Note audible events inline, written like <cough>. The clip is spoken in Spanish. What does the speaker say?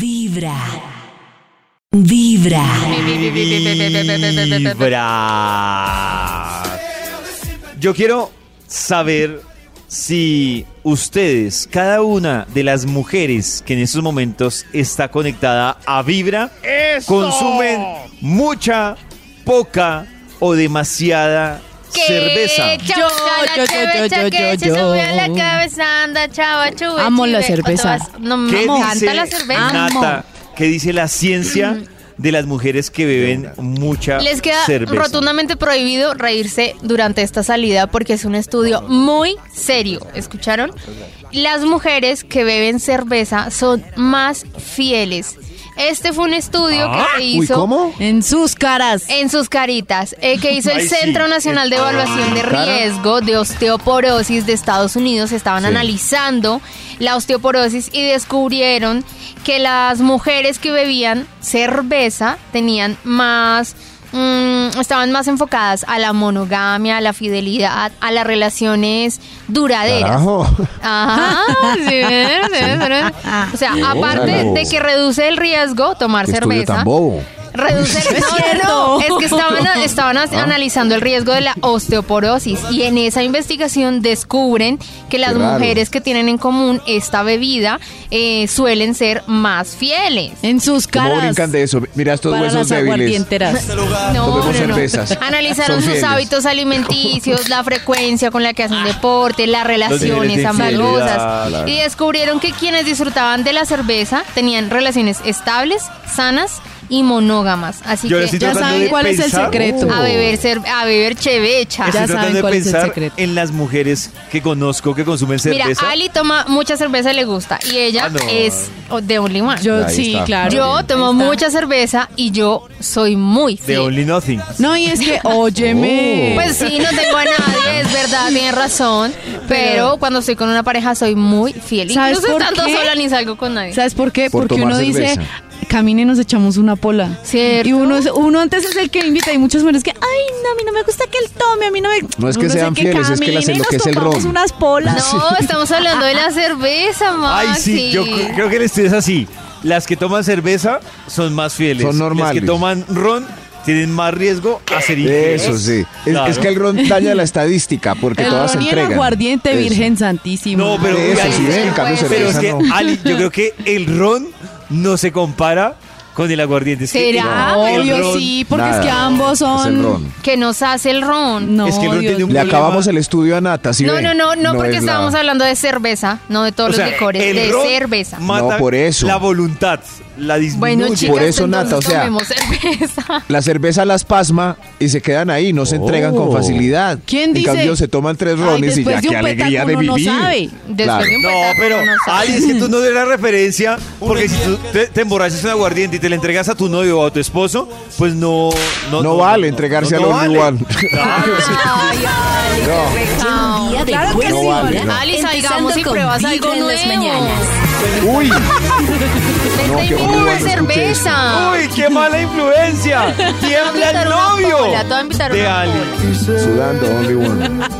Vibra. Vibra. Vibra. Yo quiero saber si ustedes, cada una de las mujeres que en estos momentos está conectada a Vibra, consumen mucha, poca o demasiada Eh, cerveza. Yo, yo, yo, yo, yo, Se yo. sube a la cabeza, anda, chava, chuve, Amo chive, la cerveza. o te vas- No, me ¿Qué encanta dice la cerveza. Mm. Nata? ¿Qué dice la ciencia de las mujeres que beben mucha Les queda cerveza? rotundamente prohibido reírse durante esta salida porque es un estudio muy serio. ¿Escucharon? Las mujeres que beben cerveza son más fieles. Este fue un estudio Ah, que se Uy, hizo ¿cómo? En sus caras. en sus caritas, eh, que hizo el Ay, sí. Centro Nacional de Evaluación de Cara. Riesgo de Osteoporosis de Estados Unidos. Estaban analizando la osteoporosis y descubrieron que las mujeres que bebían cerveza tenían más... mm, estaban más enfocadas a la monogamia, a la fidelidad, a las relaciones duraderas. Carajo. <laughs> Ajá, Ah, sí, sí, sí. O sea, aparte claro. de que reduce el riesgo tomar Qué estudio cerveza, tan bobo. Reduce el es no, cierto. no, es que estaban, estaban as- analizando el riesgo de la osteoporosis y en esa investigación descubren que las Qué raro. mujeres que tienen en común esta bebida eh, suelen ser más fieles. Eh, En sus ¿Cómo caras. brincan de eso? Mira estos para huesos las débiles. aguardienteras. No, Tomemos no, no. cervezas. Analizaron Son sus fieles. hábitos alimenticios, la frecuencia con la que hacen deporte, las niveles relaciones de amorosas. infidelidad. Y descubrieron que quienes disfrutaban de la cerveza tenían relaciones estables, sanas y monógamas. Así Yo que le estoy Ya tratando saben de cuál es el pensar- uh, secreto. a beber cer- a beber chevecha. Ya Estoy tratando saben de cuál es el pensar secreto. en las mujeres que conozco que consumen Mira, cerveza. Ali toma mucha cerveza y le gusta y ella Ah, no. es oh, de Only One. Yo, Yo, Ahí sí, está. claro. tomo Ahí está. mucha cerveza y yo soy muy de fiel. Only Nothing. No, y es que, óyeme. Oh. Pues sí, no tengo a nadie, es <laughs> verdad, tienes razón. Pero cuando estoy con una pareja soy muy fiel. ¿Sabes Incluso por estando qué? sola ni salgo con nadie. ¿Sabes por qué? Por Porque tomar uno dice, cerveza. camine y nos echamos una pola. ¿Cierto? Y uno, es- uno antes es el que invita y muchas mujeres que, ay, no, a mí no me gusta que él tome, a mí no me... No es que Uno sean fieles, es camine que las y nos enloquece el tomamos ron. unas polas. No, estamos hablando de la cerveza, Maxi. Ay, sí, yo cre- creo que el estudio es así. Las que toman cerveza son más fieles. Son normales. Las que toman ron tienen más riesgo a ser infieles. Eso sí. Es, Claro. es que el ron daña la estadística porque el todas ron y el entregan. aguardiente, Eso. Virgen Santísima. No, pero De eso, Ali, sí, es ven, que- cambio puede pero es cerveza, que, no. Ali, yo creo que el ron no se compara con el aguardiente. Es que el ¿Será? ron- el Obvio, ron- sí, porque Nada, es que ambos son... es el ron. Que nos hace el ron. No, Es que el ron Dios tiene un Le problema. acabamos el estudio a Nata, ¿sí No, ve? no, no, no, porque es la- estábamos hablando de cerveza, no de todos o sea, los licores, el de ron cerveza. mata No, por eso. La voluntad, la disminuye. Bueno, chicas, por eso, Nata, entonces o sea- tomemos cerveza. <laughs> La cerveza las pasma y se quedan ahí, no se entregan con facilidad. ¿Quién en dice? cambio, se toman tres Ay, rones y después ya de un qué alegría de petaco uno no vivir. sabe. Después Claro. de un No, petaco, pero Pues no sé. Ali, es que tú no eres la referencia, porque si tú te, te emborrachas en aguardiente y te la entregas a tu novio o a tu esposo, pues no... No, vale entregarse no, no a vale. los One. Un día de Claro que buena sí. vibra, No vale. Ali, salgamos empezando y con pruebas Vibra algo en las nuevo. mañanas. Uy, Vente No, y qué mira boludo, una no escuché cerveza. <laughs> ¡Uy, qué mala influencia! <laughs> Te voy a ¡Tiembla invitar el una novio! pola, te voy a invitar de una Ali. pola. sudando Only One.